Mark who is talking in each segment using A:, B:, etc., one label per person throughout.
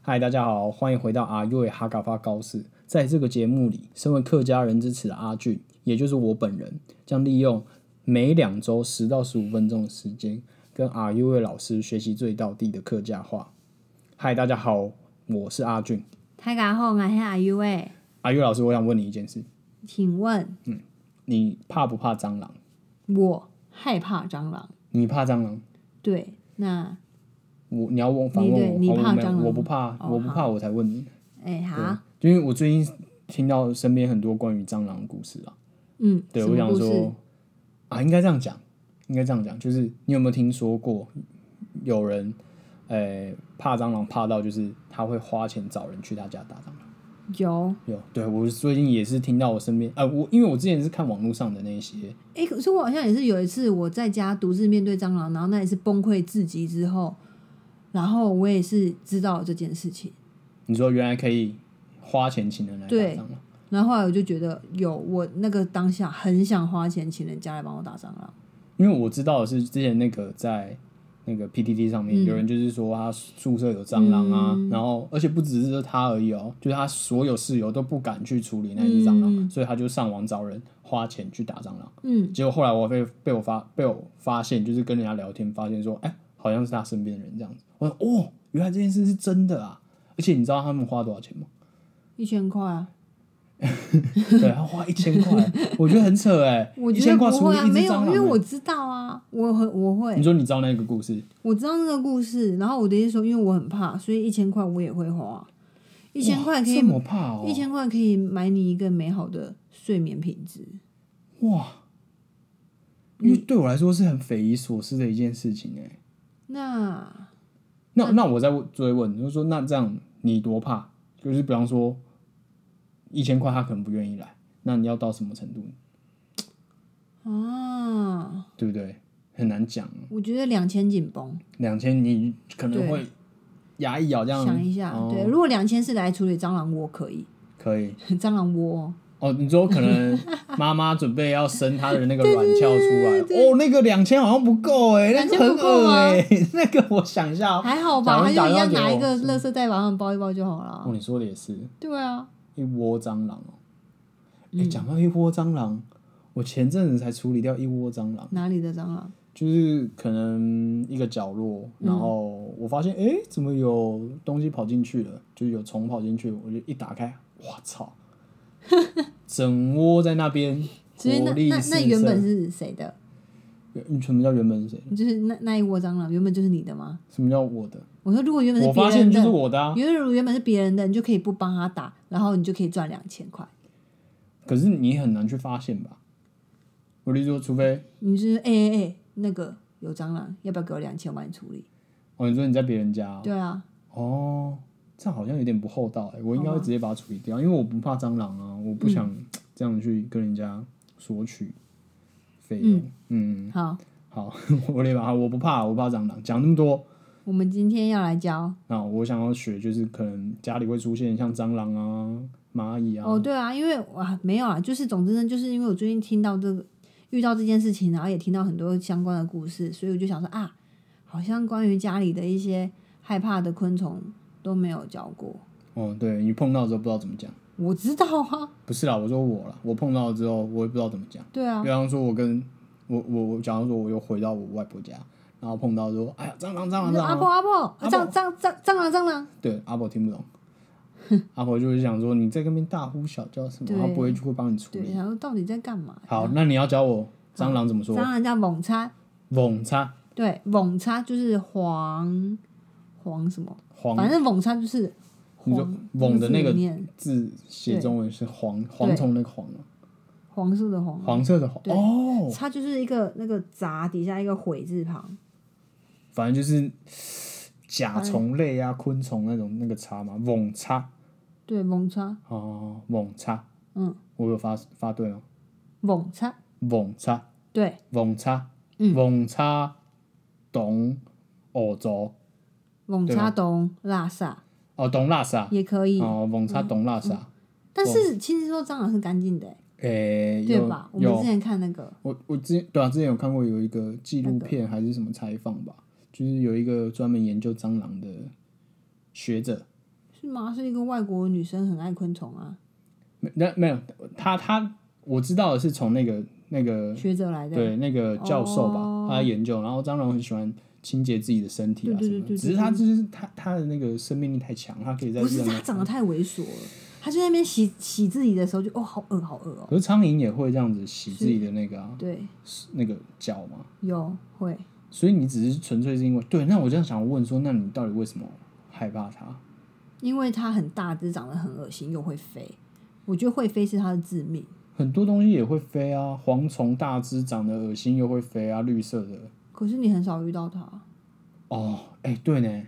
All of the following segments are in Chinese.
A: 嗨，大家好，欢迎回到阿瑞哈嘎发高士。在这个节目里，身为客家人之耻的阿俊，也就是我本人，将利用每两周十到十五分钟的时间，跟阿瑞老师学习最道地的客家话。嗨，大家好，我是阿俊。
B: 大家好，我是阿 U 诶，
A: 阿瑞老师，我想问你一件事，
B: 请问
A: 你怕不怕蟑螂？
B: 我害怕蟑螂？
A: 你怕蟑螂？
B: 对，那
A: 我你要问反问
B: 你对
A: 我，
B: 你
A: 好
B: 怕
A: 我没有
B: 蟑螂
A: 我不
B: 吗
A: 怕，
B: 哦
A: 我不怕，我才问你。
B: 哎、好，
A: 因为我最近听到身边很多关于蟑螂的故事啊。
B: 嗯，
A: 对，
B: 什
A: 我
B: 么
A: 想
B: 故事
A: 说？啊，应该这样讲，应该这样讲，就是你有没有听说过有人，呃、怕蟑螂怕到就是他会花钱找人去他家打蟑螂？
B: 有
A: 有，对我最近也是听到我身边，呃，我因为我之前是看网络上的那些，
B: 哎、可是我好像也是有一次我在家独自面对蟑螂，然后那也是崩溃至极之后，然后我也是知道这件事情，
A: 你说原来可以花钱请人来打
B: 对
A: 蟑螂，
B: 然后后来我就觉得有我那个当下很想花钱请人家来帮我打蟑螂，
A: 因为我知道的是之前那个在。那个 PTT 上面
B: 嗯
A: 有人就是说他宿舍有蟑螂啊，
B: 嗯
A: 然后而且不只是他而已哦，就是他所有室友都不敢去处理那只蟑螂，
B: 嗯
A: 所以他就上网找人花钱去打蟑螂。
B: 嗯，
A: 结果后来我被被我发被我发现，就是跟人家聊天发现说，哎、好像是他身边的人这样子。我说哦，原来这件事是真的啊！而且你知道他们花多少钱 吗？
B: 一千块啊，
A: 对，他花一千块，我觉得很扯哎、
B: 我
A: 一
B: 觉
A: 千
B: 得
A: 块
B: 不
A: 除
B: 会
A: 以
B: 啊，
A: 一只
B: 没
A: 蟑
B: 有，
A: 螂、
B: 因为
A: 欸
B: 我知道啊，我很我会
A: 你，说你知道那个故事，
B: 我知道那个故事，然后我的意思说，因为我很怕，所以一千块我也会花，一千块可以
A: 这，么怕哦、
B: 一千块可以买你一个美好的睡眠品质。
A: 哇！因
B: 嗯
A: 为对我来说是很匪夷所思的一件事情哎、
B: 那嗯
A: 那那我再问追问，就是说那这样你多怕？就是比方说一千块他可能不愿意来，那你要到什么程度，
B: 啊，
A: 对不对？很难讲。
B: 我觉得两千紧绷，
A: 两千你可能
B: 对
A: 会牙一咬这样，
B: 想一下，
A: 哦
B: 对，如果两千是来处理蟑螂窝可以，
A: 可以
B: 蟑螂窝哦
A: 哦。你说可能妈妈准备要生她的 那个卵鞘出来，哦，那个两千好像不够哎，那个
B: 2000
A: 很
B: 不够啊
A: 恶
B: 吗
A: 哎， 那个我想一下哦，
B: 还好
A: 假
B: 吧，
A: 如
B: 他
A: 你打
B: 就一
A: 电话
B: 样
A: 给
B: 拿一
A: 我嗯
B: 个垃圾袋把它们包一包就好了。
A: 哦，你说的也是，
B: 对啊，
A: 一窝蟑螂哦。
B: 嗯
A: 哎，讲到一窝蟑螂，我前阵子才处理掉一窝蟑螂。
B: 哪里的蟑螂？
A: 就是可能一个角落，
B: 嗯
A: 然后我发现哎、诶怎么有东西跑进去了？就是有虫跑进去，我就一打开，哇 操，整窝在那边，
B: 所以那
A: 活力
B: 那
A: 四
B: 那原本
A: 射
B: 是谁的？
A: 原什么叫原本是谁？
B: 就是那那一窝蟑螂原本就是你的吗？
A: 什么叫我的？
B: 我说如果原本是
A: 我
B: 别
A: 发
B: 人的，
A: 现就是我的、啊，
B: 因为如果原本是别人的，你就可以不帮他打，然后你就可以赚两千块。
A: 可是你很难去发现吧？我就说，除非
B: 你就是哎哎哎，那个有蟑螂，要不要给我两千，我帮你处理？
A: 哦，你说你在别人家哦，
B: 对啊，
A: 哦这样好像有点不厚道哎、我应该会直接把它处理掉，因为我不怕蟑螂啊，我不想
B: 嗯
A: 这样去跟人家索取费用，嗯
B: 好，
A: 好， 我得把我不怕，我不怕蟑螂。讲那么多，
B: 我们今天要来教
A: 那我想要学就是可能家里会出现像蟑螂啊、蚂蚁啊，
B: 哦，对啊，因为哇没有啊，就是总之呢，就是因为我最近听到这个遇到这件事情，然后也听到很多相关的故事，所以我就想说啊，好像关于家里的一些害怕的昆虫都没有教过。
A: 哦，对你碰到之后不知道怎么讲，
B: 我知道啊，
A: 不是啦，我说我啦，我碰到之后我也不知道怎么讲。
B: 对啊
A: 比，方说，我跟我我我，假如说我又回到我外婆家，然后碰到说，哎呀，蟑螂蟑螂
B: 你
A: 蟑
B: 说阿
A: 螂，
B: 婆阿婆，
A: 阿
B: 蟑蟑蟑蟑螂蟑螂。
A: 对，阿婆听 不懂，阿婆就会想说你在那边大呼小叫什么，
B: 对
A: 她不会去会帮你处
B: 对，
A: 理。
B: 然后到底在干嘛？
A: 好，那你要教我蟑螂怎么说？
B: 蟑螂叫猛叉，
A: 猛叉
B: 对，猛叉就是黄黄什么，
A: 黄
B: 反正猛叉就是
A: 你
B: 啊黄
A: 说猛的那个
B: 字里面
A: 字写中文是黄蝗虫那个蝗啊，
B: 黄色的黄，
A: 黄色的黄
B: 对
A: 哦，
B: 叉就是一个那个杂底下一个悔字旁，
A: 反正就是甲虫类啊、昆虫那种那个叉嘛，猛叉
B: 对，猛叉，
A: 哦，猛叉，
B: 嗯，
A: 我有发发对吗？
B: 猛叉，
A: 猛叉，
B: 对，
A: 猛叉，
B: 嗯
A: 猛叉，懂哦欧洲
B: 猛
A: 对吧
B: 叉懂拉萨
A: 哦，懂拉萨
B: 也可以，
A: 哦，猛叉懂拉
B: 嗯
A: 萨，
B: 但是其实说蟑螂是干净的欸，
A: 诶，
B: 对
A: 有
B: 吧？我们之
A: 有，
B: 前看那个，
A: 我我之前对啊，之前有看过有一个纪录片还是什么采访吧，就是有一个专门研究蟑螂的学者，
B: 是吗？是一个外国女生很爱昆虫啊，
A: 没那没有他他我知道的是从那个那个
B: 学者来
A: 嗯
B: 的。
A: 对那个教授吧，
B: 哦
A: 他研究，然后蟑螂很喜欢清洁自己的身体啊
B: 对
A: 什
B: 对
A: 么
B: 对对
A: 的，只是他就是他他的那个生命力太强，他可以在
B: 不是
A: 日
B: 它
A: 常。
B: 长得太猥琐了，它就在那边洗洗自己的时候就哦好恶好恶哦，
A: 可是苍蝇也会这样子洗自己的那个啊
B: 对，
A: 那个脚嘛，
B: 有会，
A: 所以你只是纯粹是因为对。那我这样想问说，那你到底为什么害怕它？
B: 因为它很大只，长得很恶心又会飞，我觉得会飞是它的致命。
A: 很多东西也会飞啊，蝗虫大只长得恶心又会飞啊，绿色的
B: 可是你很少遇到它，
A: 哦，哎、对呢，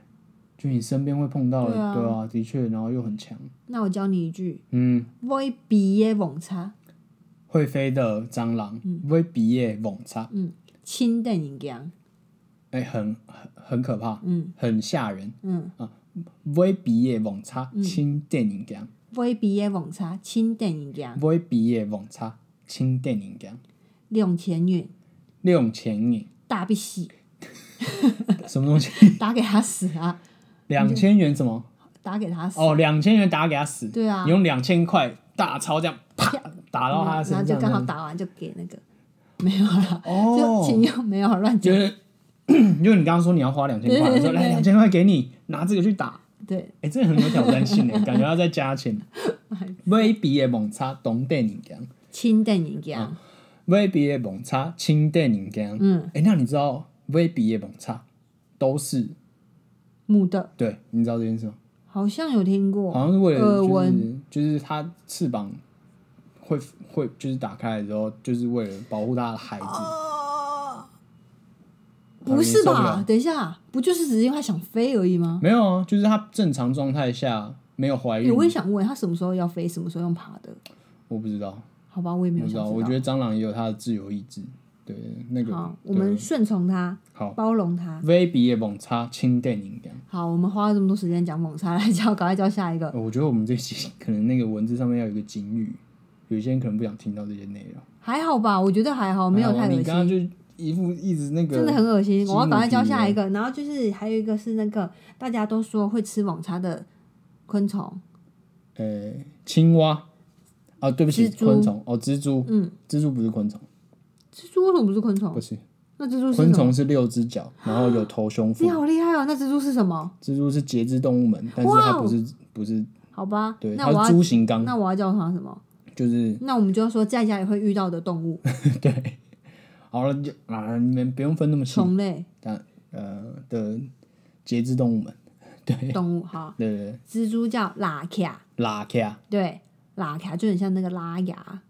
A: 就你身边会碰到的，
B: 对啊
A: 对啊，的确，然后又很强，
B: 那我教你一句，
A: 嗯，
B: voi 比耶猛叉，
A: 会飞的蟑螂，
B: 嗯
A: 会鼻液猛擦，
B: 清淡营养，
A: 哎、很很很可怕，
B: 嗯
A: 很吓人，啊
B: 嗯
A: 会鼻液猛擦，轻电影gang，
B: ，voi 比耶猛叉，清淡营养，
A: 会鼻液猛擦，轻电影 gang，
B: 两千元
A: 利用钱你
B: 大必死，
A: 什么东 西？
B: 打给他死啊，
A: 两千元什么？
B: 打给他死，
A: 哦，两千元打给他死，
B: 对啊
A: 你用两千块大钞这样啪打到他身
B: 然
A: 上，
B: 后就刚
A: 这
B: 好
A: 样
B: 打完就给那个，没有啦，就请
A: 哦，
B: 用没有啦乱讲
A: 就。是 就是你刚刚说你要花两千块， 我说来两千块给你，拿这个去打。
B: 对，
A: 哎、这个很有挑战性欸 诶，感觉要再加钱。
B: 哎
A: 未必的猛差懂电影讲，
B: 清淡营养，
A: 哦未必的猛差轻电影讲。
B: 嗯，
A: 哎、那你知道未必的猛差都是
B: 母的，
A: 对？你知道这件事吗？
B: 好像有听过，
A: 好像是为了
B: 耳
A: 就
B: 闻
A: 是就是它翅膀会会就是打开的时候，就是为了保护它的孩子。
B: 哦不
A: 好
B: 是
A: 你受不
B: 吧？
A: 了
B: 等一下，不就是只是因为它想飞而已吗？
A: 没有啊，就是它正常状态下没有怀
B: 欸
A: 孕，
B: 我也想问，它什么时候要飞，什么时候用爬的？
A: 我不知道，
B: 好吧，我也没
A: 不
B: 有
A: 知
B: 想
A: 道。
B: 道。
A: 我觉得蟑螂也有它的自由意志。对，那个
B: 好，
A: 对
B: 我们顺从它，
A: 好。
B: 包容它。
A: V 比也猛差轻电影这样、
B: 好，我们花了这么多时间讲猛叉，来教，赶快教下一个。
A: 呃我觉得我们这期 可能那个文字上面要有一个警语，有些人可能不想听到这些内容。
B: 还好吧，我觉得还哦好，没有
A: 还好
B: 太恶
A: 你刚刚
B: 心。
A: 就一副一直那个，
B: 真的很恶心，我要赶快教下一
A: 个。
B: 个。然后就是还有一个是那个大家都说会吃网叉的昆虫，
A: 呃，青蛙。啊，对不起，
B: 蜘蛛
A: 昆虫哦，蜘蛛，
B: 嗯，
A: 蜘蛛不是昆虫，
B: 蜘蛛为什么不是昆虫
A: 不？是
B: 那蜘蛛是什
A: 昆
B: 么？
A: 虫是六只脚，然后有头胸腹
B: 你。好厉害哦！那蜘蛛是什么？
A: 蜘蛛是节肢动物门，但是
B: 哇哦
A: 它不是不是，
B: 好吧，
A: 对，
B: 那我
A: 它是
B: 要
A: 猪形纲，
B: 那我要叫它什么？
A: 就是
B: 那我们就说在家里会遇到的动 物
A: 对。好了，就啊，你们不用分那么细，
B: 虫类
A: 但呃的节肢动物们，对
B: 动物，好，
A: 对对，
B: 蜘蛛叫拉卡，
A: 拉牙，
B: 对，拉卡就很像那个拉牙，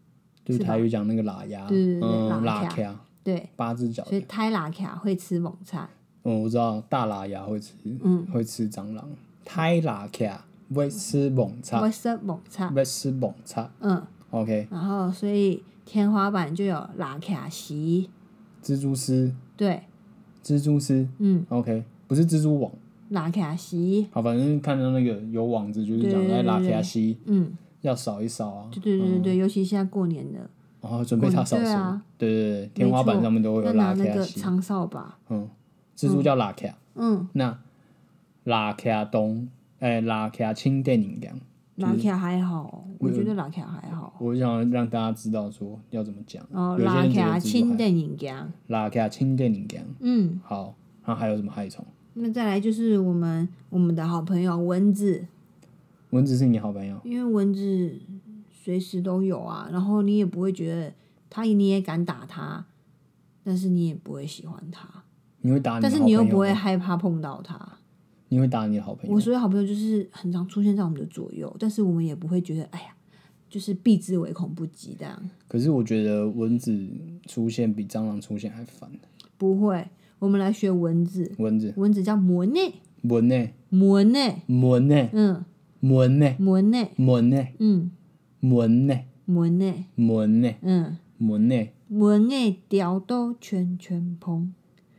A: 就是台语讲那个拉牙，
B: 对对对对
A: 嗯，
B: 拉牙
A: 拉牙，
B: 对，
A: 八只脚的
B: 所，以胎拉卡会吃猛菜，
A: 嗯，我知道大拉牙会吃，
B: 嗯，
A: 会吃蟑螂，胎拉牙会吃猛叉，
B: 会吃猛菜，
A: 会吃猛叉
B: 嗯，
A: ，OK，
B: 然后所以天花板就有拉卡席，
A: 蜘蛛丝，
B: 对，
A: 蜘蛛丝
B: 嗯，
A: ，OK，不是蜘蛛网，
B: 拉卡席，
A: 好，反正看到那个有网子，就是讲
B: 对
A: 在
B: 对
A: 拉
B: 对
A: 牙吸，
B: 嗯，
A: 要扫一扫啊，
B: 对对对对对，尤其现在过年了，
A: 然后准备它扫
B: 对
A: 除
B: 啊，
A: 对对对，天花
B: 没
A: 板
B: 错
A: 上面都会有
B: 要拿
A: 拉
B: 那
A: 牙
B: 个
A: 吸，
B: 长扫把，
A: 嗯，蜘蛛叫拉牙。
B: 嗯，
A: 那拉卡东，哎、拉卡清电影样，
B: 拉卡还好，我觉得拉卡还好。
A: 我想要让大家知道说要怎么讲。
B: 然后
A: 有些
B: 哦拉
A: 人
B: 起
A: 觉得
B: 来
A: 蜘蛛
B: 清
A: 还
B: 淡营养。
A: 拉卡清电影样，
B: 嗯，
A: 好，然后还有什么害虫？
B: 那再来就是我们我们的好朋友蚊子，
A: 蚊子是你好朋友，
B: 因为蚊子随时都有啊，然后你也不会觉得它，你也敢打它，但是你也不会喜欢它，
A: 你会打你的
B: 但
A: 好
B: 是
A: 朋
B: 你
A: 友
B: 又
A: 吗，
B: 不会害怕碰到它。
A: 你会打你的好朋
B: 我
A: 友，
B: 所有好朋友就是很常出现在我们的左右，但是我们也不会觉得哎呀，就是避之唯恐不及这样，
A: 可是我觉得蚊子出现比蟑螂出现还烦。
B: 不会。我们来学蚊子，
A: 蚊子，
B: 蚊子叫魔内，
A: 蚊呢？
B: 魔内，
A: 蚊呢？
B: 嗯，
A: 蚊呢？
B: 魔内，
A: 蚊呢？
B: 嗯，
A: 蚊呢？
B: 魔内。
A: 蚊呢？
B: 嗯，
A: 蚊呢？
B: 文诶，屌都圈圈蓬，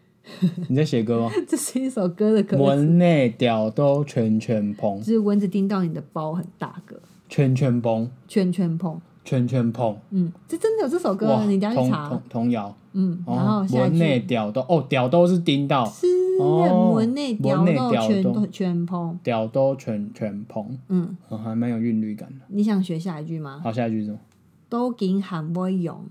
A: 你在写歌吗？
B: 这是一首歌的歌词，
A: 蚊呢？屌都圈圈蓬
B: 就，是蚊子叮到你的包很大个，
A: 圈圈蓬，
B: 圈圈蓬，
A: 圈圈蓬。
B: 嗯，这真的有这首歌，
A: 哇，
B: 你等一下去
A: 童
B: 查
A: 童，童谣，
B: 嗯，然
A: 哦
B: 后，下一
A: 文内
B: 句
A: 屌都哦，屌都是叮到，
B: 是
A: 哦
B: 文内
A: 文
B: 雕
A: 内
B: 豆
A: 雕豆
B: 全全烹，
A: 屌都全全蓬，
B: 嗯，
A: 哦还蛮有韵律感的。
B: 你想学下一句吗？
A: 好，下一句是什么？
B: 都紧喊不勇，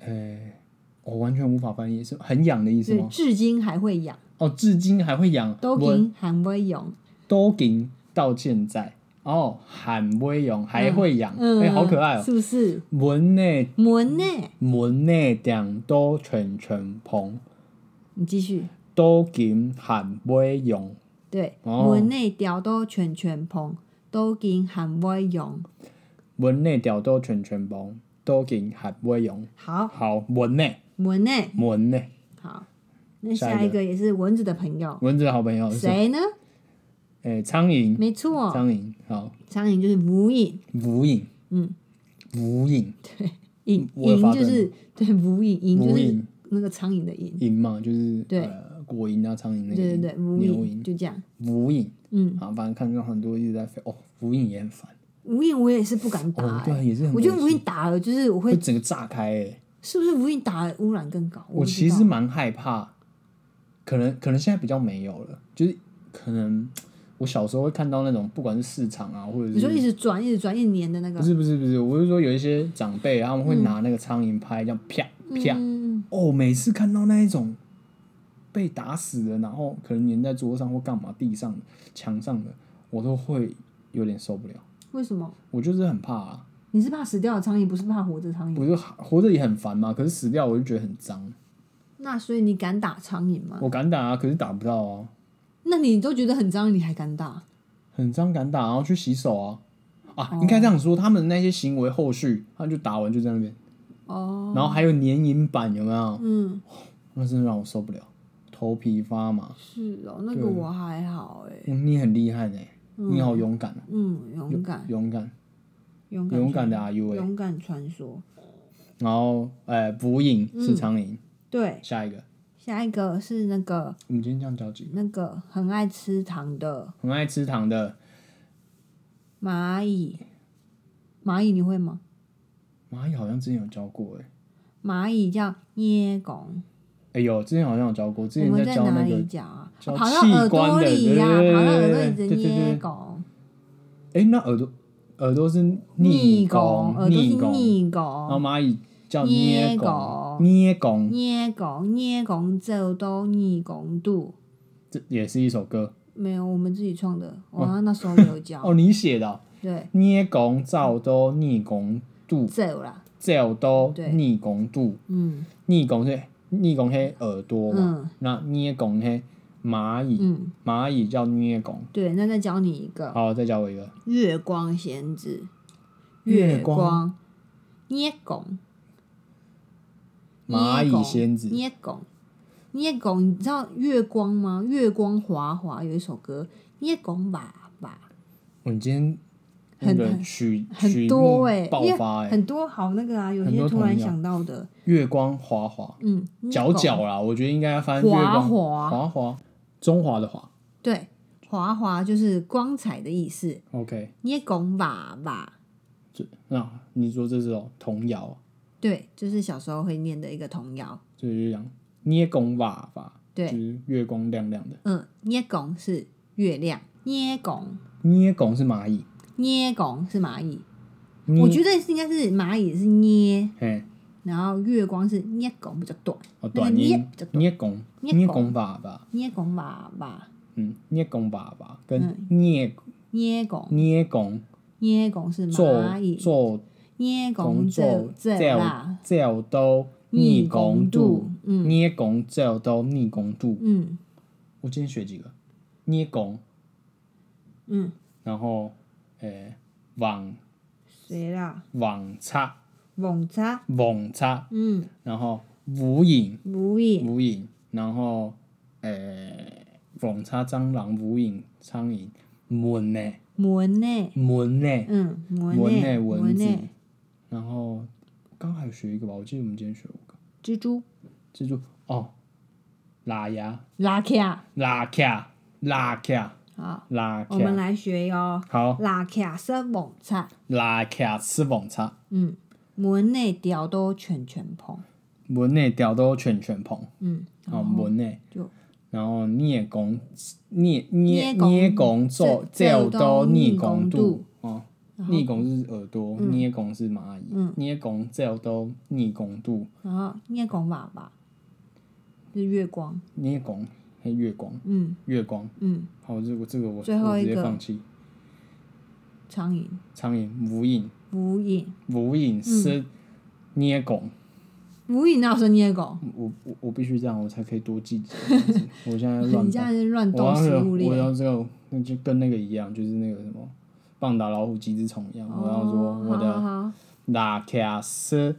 A: 诶，我完全无法翻译，是很痒的意思
B: 对，
A: 吗？
B: 至今还会痒，
A: 哦，至今还会痒，
B: 都
A: 我
B: 紧喊不勇，
A: 都紧到现在。哦，喊威勇还会痒，哎、
B: 嗯，
A: 好可爱哦、
B: 是不是？
A: 文内
B: 文内，
A: 文内两都全全蓬，
B: 你继续，
A: 都紧喊威勇，
B: 对，
A: 哦
B: 文内雕都全全烹，都紧喊不勇，
A: 文内屌都全全蓬，都紧喊威勇。
B: 好，
A: 好，文内
B: 文内，
A: 文内
B: 好，那
A: 下一
B: 下一
A: 个
B: 个也是蚊子的朋友，
A: 蚊子的好朋友是谁？
B: 谁呢？
A: 哎、苍蝇，
B: 没错，
A: 苍蝇，好，
B: 苍蝇就是无影，
A: 无影，
B: 嗯，
A: 无影，
B: 影
A: 我有发
B: 蝇就是对无影，蝇就
A: 无
B: 是
A: 影，
B: 那个苍蝇的蝇，
A: 蝇嘛，就是
B: 对
A: 呃、果蝇啊，苍蝇那
B: 对
A: 个
B: 对
A: 蝇，
B: 对，无
A: 牛
B: 影
A: 蝇，
B: 就这样，
A: 无影
B: 嗯，
A: 啊，反正看到很多一直在飞，哦，无影也很烦，
B: 无影我也是不敢打、
A: 哦，
B: 欸
A: 对，也是很，
B: 我觉得无影打了就是我
A: 会
B: 会，
A: 整个炸开、欸，
B: 是不是无影打了污染更高？
A: 我
B: 不知
A: 其实
B: 道
A: 蛮害怕，可能可能现在比较没有了，就是可能我小时候会看到那种不管是市场啊，或者
B: 你说一
A: 是。
B: 直转一直转一年的那个
A: 不，是不是不是，我是说有一些长辈啊他们会拿那个苍蝇拍这样啪啪，
B: 嗯，
A: 哦，每次看到那一种被打死的，然后可能粘在桌上或干嘛、地上、墙上的，我都会有点受不了。
B: 为什么？
A: 我就是很怕、啊，
B: 你是怕死掉的苍蝇，不是怕活着苍
A: 我
B: 蝇？
A: 就活着也很烦嘛，可是死掉我就觉得很脏，
B: 那所以你敢打苍蝇吗？
A: 我敢打啊，可是打不到啊，
B: 那你都觉得很脏，你还敢打？
A: 很脏敢打，然后去洗手啊。
B: 哦
A: 啊，应该这样说，他们那些行为后续，他就打完就在那边，
B: 哦，
A: 然后还有粘蝇板有没有？
B: 嗯，
A: 那真的让我受不了，头皮发麻。
B: 是哦，那
A: 对
B: 个我还好哎、
A: 嗯你很厉害呢、你好勇敢、啊，
B: 嗯，勇敢，
A: 勇敢，
B: 勇敢，
A: 勇敢的，阿 U 哎。
B: 勇敢传说。
A: 然后，呃，捕蝇
B: 嗯
A: 是苍蝇。
B: 对，
A: 下一个，
B: 下一个是那个
A: 我们今天这样教几个？
B: 那个很爱吃糖的
A: 很爱吃糖的
B: 蚂蚁，蚂蚁你会吗？
A: 蚂蚁好像之前有教过、欸，哎，
B: 蚂蚁叫捏拱，
A: 哎呦，之前好像有教过，之
B: 我
A: 前
B: 们
A: 教
B: 哪
A: 那
B: 里
A: 个，
B: 讲啊？
A: 教
B: 跑到
A: 器
B: 耳朵
A: 官的
B: 里呀、
A: 对对对
B: 跑到耳朵
A: 对
B: 里的
A: 对对对
B: 捏拱，
A: 哎、那耳朵耳朵是
B: 逆
A: 逆
B: 拱，耳朵是
A: 逆拱，
B: 逆
A: 然后
B: 拱，
A: 蚂蚁叫
B: 捏
A: 捏
B: 拱
A: 拱，捏拱，
B: 捏拱，捏拱，走都逆拱度。
A: 这也是一首歌
B: 没有，我们自己创的，我好像那时候有 教，
A: 哦，你写的哦、
B: 对，
A: 捏拱照都逆拱度，
B: 走啦，
A: 照都
B: 对
A: 逆拱度，
B: 嗯
A: 逆拱是逆拱黑耳朵嘛，
B: 嗯
A: 那捏拱黑蚂蚁，
B: 嗯，
A: 蚂蚁叫捏拱。
B: 对，那再教你一个
A: 好，再教我一个
B: 月光仙子，
A: 月光
B: 光捏拱，
A: 蚂
B: 捏
A: 蚁
B: 拱
A: 仙子。
B: 捏拱，捏拱，你知道月光吗？月光华华有一首歌，捏拱吧吧，
A: 我们今天那个曲曲
B: 很多
A: 目
B: 哎、
A: 爆
B: 因为
A: 发哎、
B: 很多好那个啊，有
A: 很
B: 些
A: 多
B: 突然
A: 童谣
B: 想到的，
A: 月光滑滑，
B: 嗯，捏
A: 皎
B: 拱
A: 皎啦，我觉得应该要翻月
B: 华
A: 光
B: 华，
A: 滑滑，中华的华。
B: 对，华华就是光彩的意思，
A: OK，
B: 捏拱吧吧。
A: 这那你说这是哦童谣，
B: 对，就是小时候会念的一个童谣。
A: 就是讲捏拱瓦吧，就
B: 对，
A: 是月光亮亮的。
B: 嗯，捏拱是月亮，捏拱，
A: 捏拱是蚂蚁，
B: 捏拱是蚂蚁。
A: 捏
B: 我觉得是应该是蚂蚁是捏，
A: 嘿，
B: 然后月光是捏拱比较短，
A: 哦
B: 那个
A: 短
B: 捏
A: 音
B: 比较短，
A: 捏拱
B: 捏
A: 捏
B: 拱
A: 拱瓦吧，
B: 捏拱吧吧，
A: 嗯，捏拱瓦吧跟
B: 嗯
A: 捏
B: 捏拱，
A: 捏拱
B: 捏拱是蚂
A: 做
B: 蚁，
A: 做
B: 捏拱
A: 拱
B: 这
A: 做
B: 这啦，
A: 照都逆拱度，，
B: 嗯
A: 捏拱照都逆拱度。
B: 嗯
A: 我今天学几个？捏拱，
B: 嗯，
A: 然后诶，网
B: 谁啦？
A: 网叉
B: 网叉，
A: 网叉，
B: 嗯，
A: 然后无影
B: 无影，
A: 无影，然后诶，网叉蟑螂无影苍蝇，蚊呢
B: 门呢？
A: 蚊呢
B: 嗯，门
A: 蚊呢
B: 呢？
A: 蚊
B: 门
A: 子
B: 呢？，
A: 然后刚还有学一个吧，我记得我们今天学过一个
B: 蜘蛛，
A: 蜘蛛哦，拉牙。
B: 拉卡，
A: 拉卡，拉卡，
B: 好。
A: 拉
B: 我们
A: 卡。
B: 来学哟。
A: 好，
B: 拉卡是猛菜，
A: 拉卡吃网叉，
B: 嗯，门内雕都全全碰，
A: 门内屌都全全碰，
B: 嗯，
A: 哦，门内
B: 就
A: 然后聂拱聂聂
B: 捏拱
A: 聂拱咒
B: 这
A: 这都聂
B: 拱
A: 拱
B: 度
A: 度哦，聂拱是耳朵，聂拱是蚂蚁，聂拱这都聂拱度，
B: 然后聂拱爸爸是月光，
A: 聂拱还有月光，
B: 嗯
A: 月光，
B: 嗯，
A: 好，这个这个我
B: 最后
A: 我直
B: 一
A: 接
B: 个
A: 放弃。
B: 苍蝇
A: 苍蝇无影
B: 无影
A: 无影是捏拱，
B: 无影，那是聂拱，
A: 我我我必须这样，我才可以多记几个单词。我现在乱
B: 你
A: 掰
B: 这样是乱
A: 我
B: 动
A: 要是
B: 食物
A: 我
B: 链。
A: 要这个，那就跟那个一样，就是那个什么棒打老虎几只虫一样。我要说
B: 哦
A: 我
B: 好
A: 的
B: 好好
A: 拉卡斯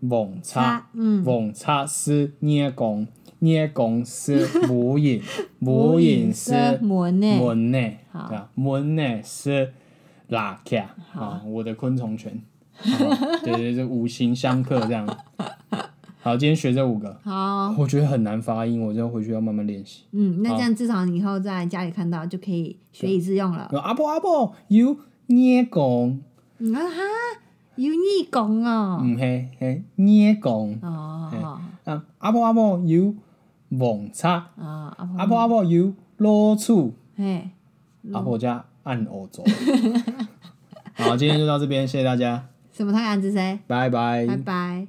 A: 猛叉，
B: 擦，嗯，
A: 猛叉是捏拱，捏拱是无影，无影
B: 影
A: 是
B: 门内，
A: 门内，
B: 好
A: 对啊，门内是拉卡啊，我的昆虫拳，好对对，这五行相克这样。好，今天学这五个，
B: 好，
A: 我觉得很难发音，我真的回去要慢慢练习。
B: 嗯，那这样至少你以后在家里看到就可以学以致用了。
A: 然后阿婆阿婆，you 捏拱，
B: 嗯啊哈，有逆拱哦，
A: 唔嘿嘿捏拱
B: 哦
A: 啊，阿婆阿婆 you 猛叉，
B: 哦，阿
A: 阿婆阿婆 you 裸处，
B: 嘿，
A: 阿婆加按偶 轴。好，今天就到这边，谢谢大家，
B: 什么太阳之谁？
A: 拜拜
B: 拜拜。